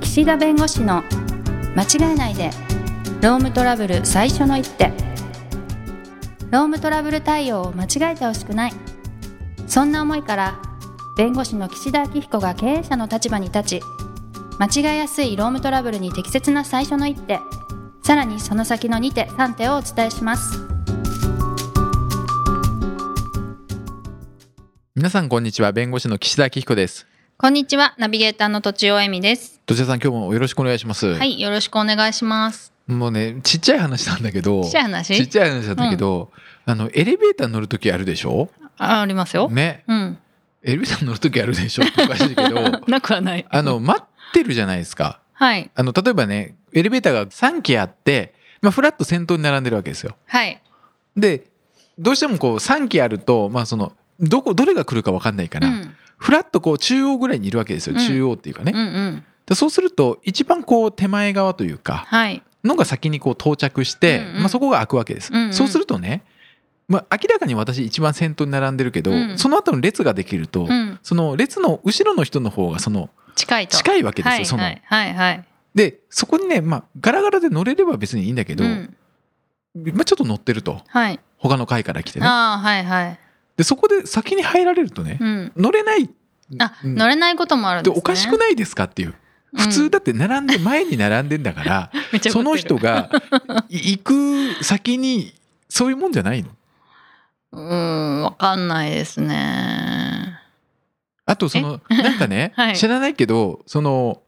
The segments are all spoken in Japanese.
岸田弁護士の間違えないでロームトラブル最初の一手ロームトラブル対応を間違えてほしくないそんな思いから弁護士の岸田明彦が経営者の立場に立ち間違えやすいロームトラブルに適切な最初の一手さらにその先の2手3手をお伝えします皆さんこんにちは弁護士の岸田明彦ですこんにちはナビゲーターのとちおえみです土屋さん今日もよろしくお願いします、はいよろしくお願いしますもうねちっちゃい話なんだけどちっちゃい話ちっちゃい話なんだけど、あのエレベーター乗る時あるでしょあありますよ、ねうんエレベーター乗る時あるでしょ っておかしいけどなくはないあの待ってるじゃないですかはいあの例えばねエレベーターが3機あってまあフラット先頭に並んでるわけですよはいでどうしてもこう3機あるとまあそのどこどれが来るか分かんないから、うんフラッとこう中央ぐらいにいるわけですよ、うん中央っていうかね、うんうんでそうすると一番こう手前側というかはいのが先にこう到着して、うんうんまあ、そこが開くわけです、うんうんそうするとね、まあ、明らかに私一番先頭に並んでるけど、うんその後の列ができると、うんその列の後ろの人の方がその近いと近いわけですよ、はいその。はいはいはいでそこにね、まあ、ガラガラで乗れれば別にいいんだけど、うんまあ、ちょっと乗ってるとはい他の階から来てねああはいはいでそこで先に入られるとね、うん乗れないあうん乗れないこともあるんでですおねかしくないですかっていう普通だって並んで前に並んでんだから。めっちゃ怒そってのる人がい行く先にそういうもんじゃないのうーんわかんないですねあとその なんかね、はい知らないけどその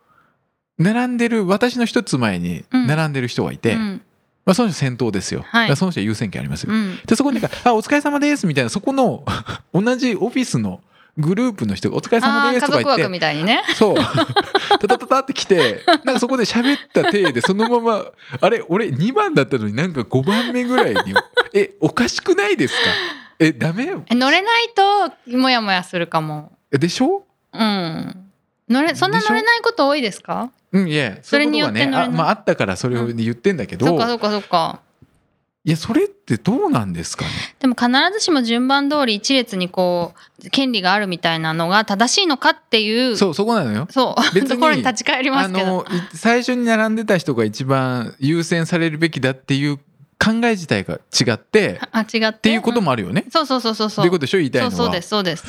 並んでる私の一つ前にうん並んでる人がいて、うんまあ、その人先頭ですよ、はだかいらその人は優先権ありますよ、うんでそこに なんか「あお疲れ様です」みたいなそこの 同じオフィスのグループの人が「お疲れあ様あでーす」家とか族言って枠みたいにねそう。タタタタって来て、なんかそこで喋った体で、そのまま、あれ、俺2番だったのになんか5番目ぐらいに、 え、おかしくないですかえ、ダメえ乗れないとモヤモヤするかもえでしょうん乗れそんな乗れないこと多いですかうん、いや、それによってそういうこと乗がね、あれなまいあ、あったからそれを言ってんだけど、そっかそっかそっかいや、それってどうなんですかねでも必ずしも順番通り一列にこう権利があるみたいなのが正しいのかっていうそう、そこなのよ。そう別にところに立ち返りまあすけどの、い最初に並んでた人が一番優先されるべきだっていう考え自体が違って、っあ違ってっていうこともあるよね。そうそうそうそうってそういうことでしょ言いたいのそは。うそうですそうです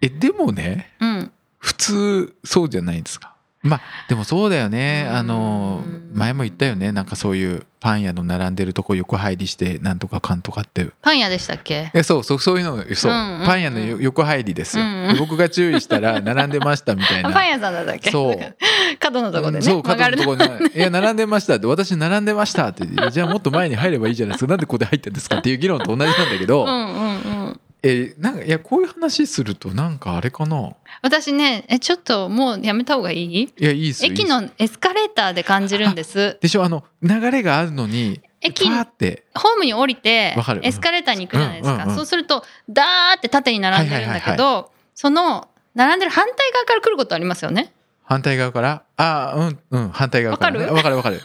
え、でもね、うん普通そうじゃないですかまあでもそうだよねうんあの前も言ったよねなんかそういうパン屋の並んでるとこ横入りしてなんとかかんとかってパン屋でしたっけえそうそうそういうのそう,、うんうんうんパン屋のよ横入りですよ、うんうん僕が注意したら並んでましたみたいあパンな屋さんだったっけそう 角のとこでねそう曲が肩るのととこに「いや並んでました」って「私並んでました」って「じゃあもっと前に入ればいいじゃないですかなんでここで入ったんですか」っていう議論と同じなんだけど、うんうんうんえなんかいやこういう話するとなんかあれかな私ねえちょっともうやめた方がいいいやいいっすよいいっす駅のエスカレーターで感じるんですでしょあの流れがあるのに駅パーってホームに降りてわかるエスカレーターに行くじゃないですうんか、うんうんそうするとダーって縦に並んでるんだけど、その並んでる反対側から来ることありますよね反対側からああうんうん反対側からねわ、わかるわかる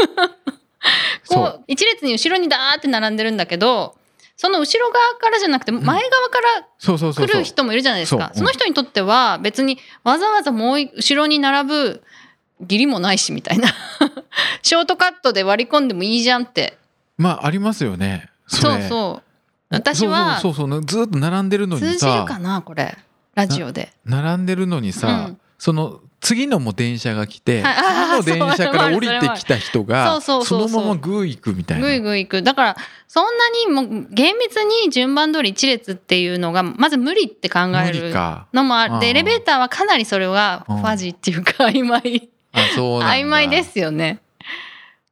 そ こうう一列に後ろにダーって並んでるんだけどその後ろ側からじゃなくて前側からそうそうそう来そるう人もいるじゃないですかそうその人にとっては別にわざわざもうい後ろに並ぶ義理もないしみたいな ショートカットで割り込んでもいいじゃんってまあありますよねそそうれそう私はそうそうそうそうずーっと並んでるの通にじるかさなこれラジオで。並んでるのにさ、うんその次のも電車が来て、はいあー次の電車から降りてきた人がそそうそうそうそうのままグー行くみたいなぐいぐい行くだからそんなにもう厳密に順番通り一列っていうのがまず無理って考え無理るかのもあるうんでエレベーターはかなりそれがファジーっていうか曖昧あそうなんだ曖昧ですよね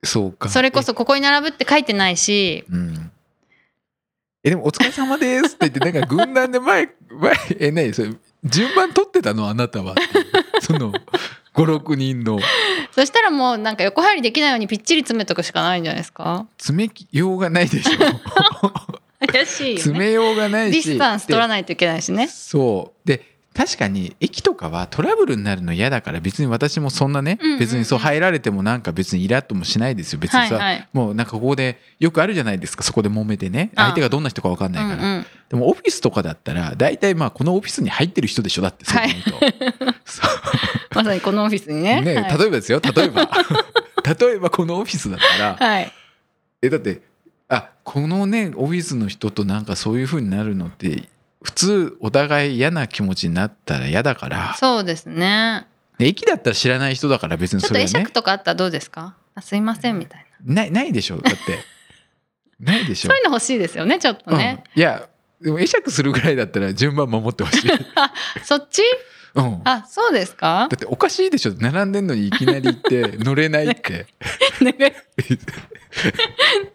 そうかそれこそここに並ぶって書いてないしうん。え、でも、お疲れ様ですって言って、なんか軍団で前、 前、え、何それ、順番取ってたのあなたはっていう。 その、5、6人の。そしたらもうなんか横入りできないようにぴっちり詰めとくしかないんじゃないですか詰めようがないでしょ。怪しいよ詰ねめようがないディし。スタンス取らなないといけないしねそう。で、確かに駅とかはトラブルになるの嫌だから別に私もそんなね、うんうんうん別にそう入られてもなんか別にイラッともしないですよ別はにいさ、はい。もうなんかここでよくあるじゃないですかそこで揉めてねああ相手がどんな人か分かんないから、うんうんでもオフィスとかだったら大体まあこのオフィスに入ってる人でしょだってそう思うと、そうまさにこのオフィスにね。ね例え はばいですよ例え ば例えばこのオフィスだったらはい。えだってあこのねオフィスの人となんかそういう風になるのって普通お互い嫌な気持ちになったら嫌だからそうですね。で駅だったら知らない人だから別にちょっそとれ会は釈ねとかあったらどうですかあすいませんみたいな。ないないでしょだって ないでしょそういうの欲しいですよね、ちょっとね。うん、いやでも会釈するぐらいだったら順番守ってほしい、うん、そっちだあ、そうです かっておかしいでしょ並んでんのにいきなり行って乗れないって 願い。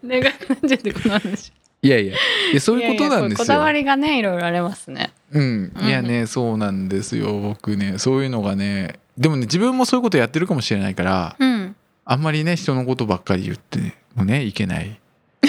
願いなんじゃってことなんでしょいやいやいやそういうことなんややですこよだわりがね、いろいろありますね。うん、うんいやね、そうなんですよ僕ねそういうのがねでもね自分もそういうことやってるかもしれないからうん。あんまりね人のことばっかり言ってもねいけない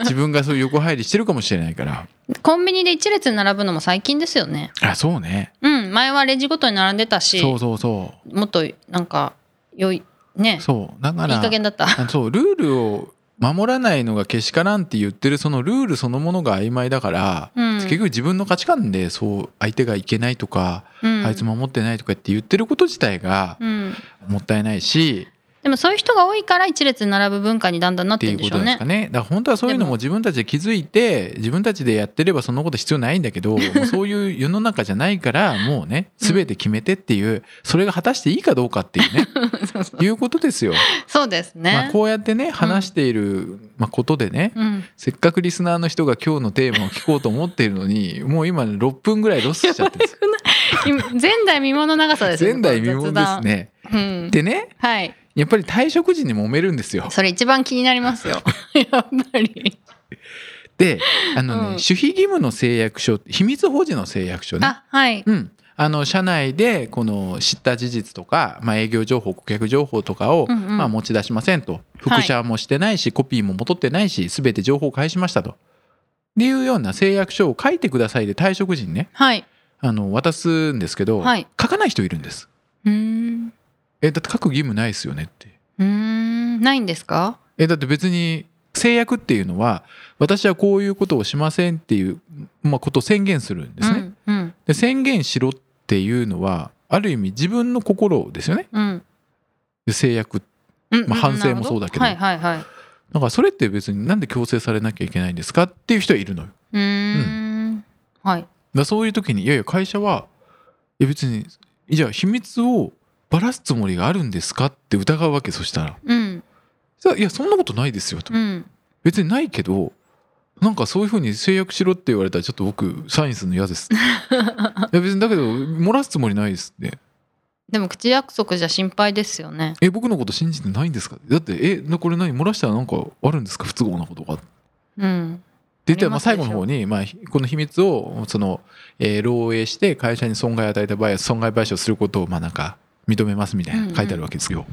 自分がそういう横入りしてるかもしれないからコンビニで一列に並ぶのも最近ですよね。あそうねうん。前はレジごとに並んでたし、そうそうそもっとなんか、良い、ねう。そうだかいらい加減だった。あそうルールを守らないのがけしからんって言ってるそのルールそのものが曖昧だから、うん。結局自分の価値観でそう相手がいけないとか、うんあいつ守ってないとかって言ってること自体がうん。もったいないし、でもそういう人が多いから一列に並ぶ文化にだんだんなっってていうんでこしとょうですねか。ね。だから本当はそういうのも自分たちで気づいて自分たちでやってればそんなこと必要ないんだ けどもうそういう世の中じゃないからもうね全て決めてっていうそれが果たしていいかどうかっていう ねそうそういうことですよ。そうですね。まあ、こうやってね話している、まあ、ことでねうん、せっかくリスナーの人が今日のテーマを聞こうと思っているのにもう今ね6分ぐらいロスしちゃってるんで す今前代未聞の長さですよ前代未聞です。ね。この雑談うん、でねはい、やっぱり退職時に揉めるんですよ。それ一番気になります よ。やっぱり。であのね、うん守秘義務の誓約書秘密保持の誓約書ね。あ、はい。うん、あの社内でこの知った事実とか、まあ、営業情報顧客情報とかを、うんうんまあ、持ち出しませんと複写もしてないし、コピーも戻ってないし全て情報を返しましたと。っていうような誓約書を書いてくださいで退職時にねはい。あの渡すんですけど、はい書かない人いるんです。うーん。えだって書く義務ないですよねって。うーん、ないんですか。えだって別に制約っていうのは私はこういうことをしませんっていう、まあ、ことを宣言するんですね。うん。うん。で宣言しろっていうのはある意味自分の心ですよね。うん。で制約うんまあ反省もなるほそうだけどはい、はい、はい。うだからそれって別になんで強制されなきゃいけないんですかっていう人はいるのよだかーん。はい。らそういう時にいやいや会社はいや別にじゃあ秘密をばらすつもりがあるんですかって疑うわけそしたらうん。さいやそんなことないですよとうん。別にないけどなんかそういうふうに制約しろって言われたらちょっと僕サインするの嫌ですいや別にだけど漏らすつもりないですってでも口約束じゃ心配ですよね。え僕のこと信じてないんですかだってえなこれ何漏らしたらなんかあるんですか不都合なことがうん。で言ったらまあありま最後すでしょの方に、まあ、ひこの秘密をその、えー漏洩して会社に損害を与えた場合は損害賠償することをまあなんか認めますみたいうんうなん書いてあるわけですよ。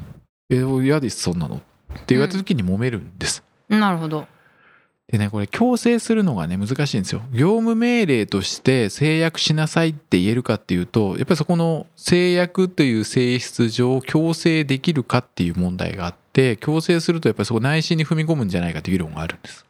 えー嫌ですそんなのって言われた時に揉めるんです。なるほど。でねこれ強制するのがね難しいんですよ。業務命令として制約しなさいって言えるかっていうとやっぱりそこの制約という性質上強制できるかっていう問題があって強制するとやっぱりそこ内心に踏み込むんじゃないかという議論があるんです。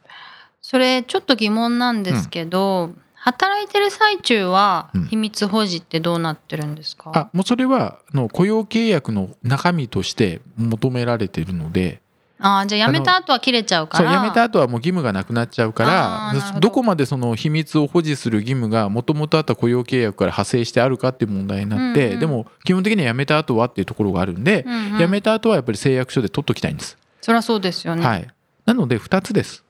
それちょっと疑問なんですけど、働いてる最中はうん秘密保持ってどうなってるんですか、あもうそれはあの雇用契約の中身として求められてるのであーじゃあ辞めた後は切れちゃうかそうら辞めた後はもう義務がなくなっちゃうあーなるかほどらどこまでその秘密を保持する義務がもともとあった雇用契約から派生してあるかっていう問題になって、うんうんでも基本的には辞めた後はっていうところがあるんで、うんうん辞めた後はやっぱり誓約書で取っときたいんです。そりゃそうですよねは、はいい、なので2つです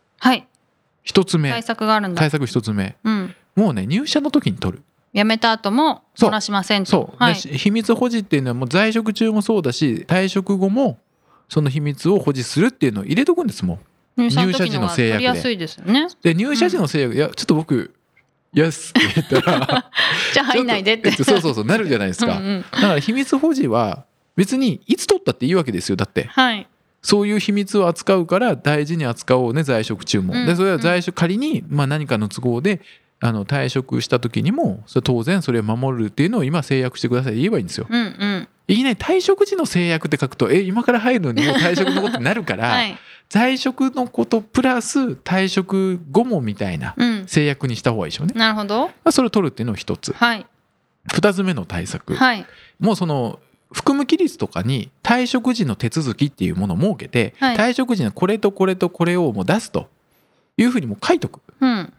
1つ目対策があるんだ対策1つ目うんもうね入社の時に取る辞めた後もそう漏らしませんとそう、はいで、秘密保持っていうのはもう在職中もそうだし退職後もその秘密を保持するっていうのを入れとくんですもん入入社時の制約で取りやすいですよねで入社時の制約、いやちょっと僕「イエス」って言ったらじゃあ入んないでってちょっとそうそうそうなるじゃないですか、うんうんだから秘密保持は別にいつ取ったっていいわけですよだってはいそういう秘密を扱うから大事に扱おうね在職中も、うんでそれは在職仮に、まあ、何かの都合であの退職した時にもそれ当然それを守るっていうのを今制約してくださいって言えばいいんですよ。うんうんいきなり退職時の制約って書くとえ今から入るのにもう退職のことになるから、 はい在職のことプラス退職後もみたいなうん制約にした方がいいでしょうね。なるほどまあそれを取るっていうのを一つ。はい二つ目の対策。はいもうその含む期日とかに退職時の手続きっていうものを設けて、はい退職時のこれとこれとこれをもう出すというふうにもう書いとく。だかうん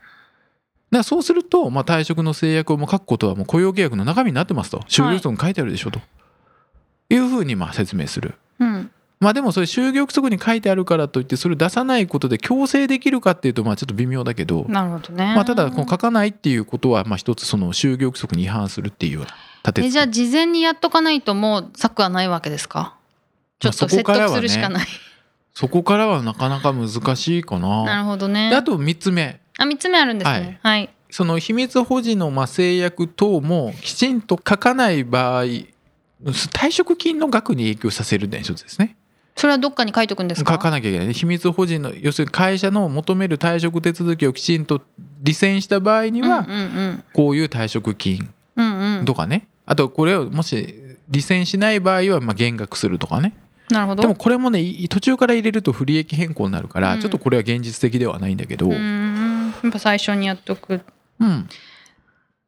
らそうすると、まあ、退職の制約をもう書くことはもう雇用契約の中身になってますと就業規則に書いてあるでしょと、い、うふうにまあ説明する。うんまあでもそれ就業規則に書いてあるからといってそれを出さないことで強制できるかっていうとまあちょっと微妙だけど、なるほどねまあ、ただこの書かないっていうことはまあ一つその就業規則に違反するっていうような立て付えじゃけあ事前にやっとかないともう策はないわけですかちょっまとあそ説こから得はするしかない、そこからはなかなか難しいかな。なるほどねであと3つ目あ三つ目あるんですねはいその秘密保持のまあ制約等もきちんと書かない場合退職金の額に影響させる伝説ですねそれはどっかに書いとくんです書かかなきゃいけないね秘密保持の要するに会社の求める退職手続きをきちんと履践した場合にうんうはんこういう退職金うんうんうんとかねあとこれをもし履践しない場合はまあ減額するとかねなるほどでもこれもねい途中から入れると不利益変更になるかうらんちょっとこれは現実的ではないんだけど、うーんやっぱ最初にやっとくうん、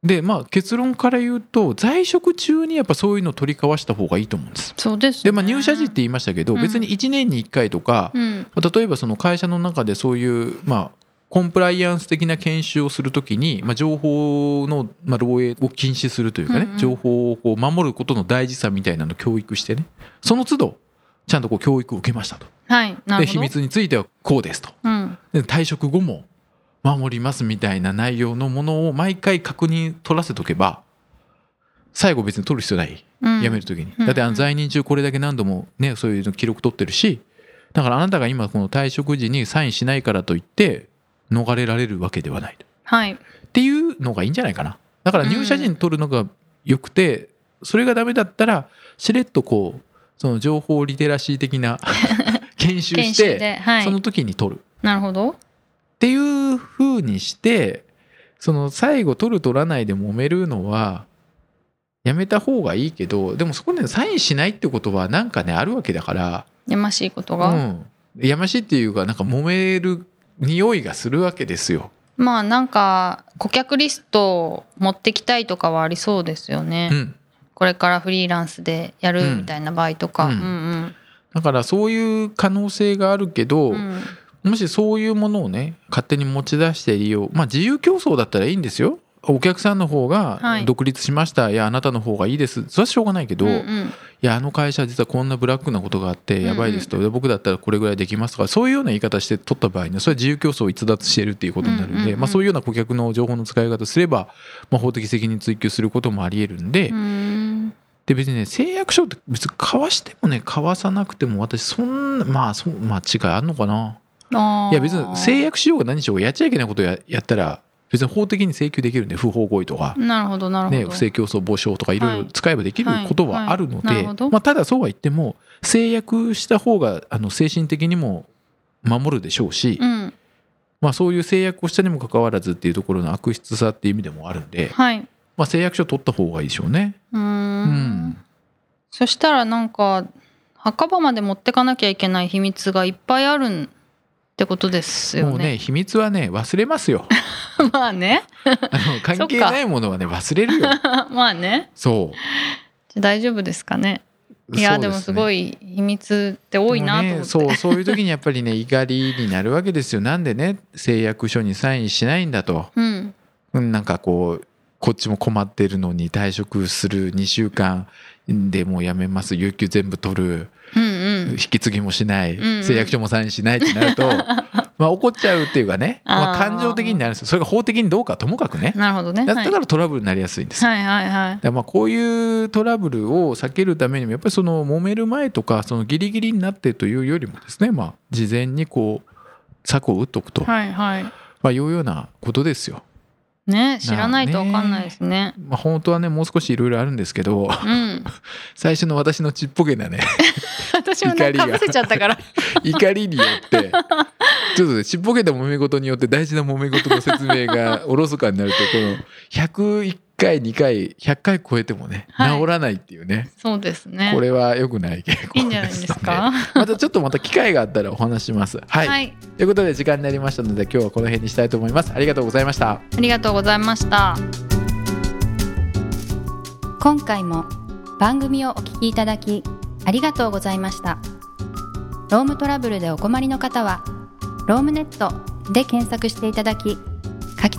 でまあ結論から言うと在職中にやっぱそういうのを取り交わした方がいいと思うんです。そうですね、でまあ、入社時って言いましたけど、うん別に1年に1回とか、うん例えばその会社の中でそういう、まあ、コンプライアンス的な研修をするときに、まあ、情報の、まあ、漏洩を禁止するというかね、うんうん情報をこう守ることの大事さみたいなのを教育してねその都度ちゃんとこう教育を受けましたとはいなでるほど秘密についてはこうですとうんで退職後も守りますみたいな内容のものを毎回確認取らせとけば最後別に取る必要ないうん辞める時に、うんだってあうんの在任中これだけ何度もねそういうの記録取ってるしだからあなたが今この退職時にサインしないからといって逃れられるわけではないとはいっていうのがいいんじゃないかなだから入社時に取るのが良くてそれがダメだったらしれっとこうその情報リテラシー的 な研修研し修てではそのい時に取るなるほどっていう風にしてその最後取る取らないで揉めるのはやめた方がいいけどでもそこでサインしないってことはなんかねあるわけだから、やましいことうが、ん、やましいっていうかなんか揉める匂いがするわけですよ。まあなんか顧客リストを持ってきたいとかはありそうですよね、うん、これからフリーランスでやるみたいな場合とか、うう、んんうんだからそういう可能性があるけど、うんもしそういうものをね勝手に持ち出して利用まあ自由競争だったらいいんですよ。お客さんの方はがい独立しました、い、やあなたの方がいいですそれはしょうがないけど、うんうんいやあの会社実はこんなブラックなことがあってやばいですと、で僕だったらこれぐらいできますとかそういうような言い方して取った場合ねそれは自由競争を逸脱してるっていうことになるんで、うんうんうんまあ、そういうような顧客の情報の使い方すれば、まあ、法的責任追及することもありえるんで,、うーんで別にね誓約書って別に交わしてもね交わさなくても私そんなまあそまあ違いあんのかなあーいや別に誓約しようが何しようがやっちゃいけないことをややったら別に法的に請求できるんで不法行為とか。なるほどなるほど、ね、不正競争防止法とかいろいろ使えばできるはいことはあるので、はいはいなるほどまあ、ただそうは言っても制約した方があの精神的にも守るでしょうし、うんまあ、そういう制約をしたにもかかわらずっていうところの悪質さっていう意味でもあるんで、はいうまあ、制約書取った方がいいでしょうね。ーんうんそしたらなんか墓場まで持ってかなきゃいけない秘密がいっぱいあるんってことですよもうねね。秘密はね忘れますよ まあね あの関係ないものはね忘れるよまあね そうじゃあ大丈夫ですかね。いやでもすいごい秘密って多いなと思って。もうね、そうそういう時にやっぱりね怒りになるわけですよなんでね誓約書にサインしないんだとうんうんなんかこうこっちも困ってるのに退職する2週間でもう辞めます有給全部取るうんう引んき継ぎもしないうんうん誓約書もサインしないってなる とまあ怒っちゃうっていうかねまああー感情的になるんですよそれが法的にどうかはともかくねなるほどね。だはだい、からトラブルになりやすいんですよはいはいはいだからまあこういうトラブルを避けるためにもやっぱりその揉める前とかそのギリギリになってというよりもですねまあ事前にこう策を打っとくと、はいはい。まあ、いうようなことですよ。ね知らないとわかんないですね。まあ、本当はねもう少しいろいろあるんですけど うん、最初の私のちっぽけな ね私もなんかぶせちゃったから。怒りによってちょっとねちっぽけた揉め事によって大事な揉め事の説明 がおろそかになるとこの101回2回100回超えてもね、はい治らないっていうねそうですね。これは良くない傾向いいんじゃないですのでか。 またちょっとまた機会があったらお話しします。はい、はい、ということで時間になりましたので今日はこの辺にしたいと思います。ありがとうございました。ありがとうございました。今回も番組をお聞きいただきありがとうございましたロームトラブルでお困りの方はロームネットで検索していただき柿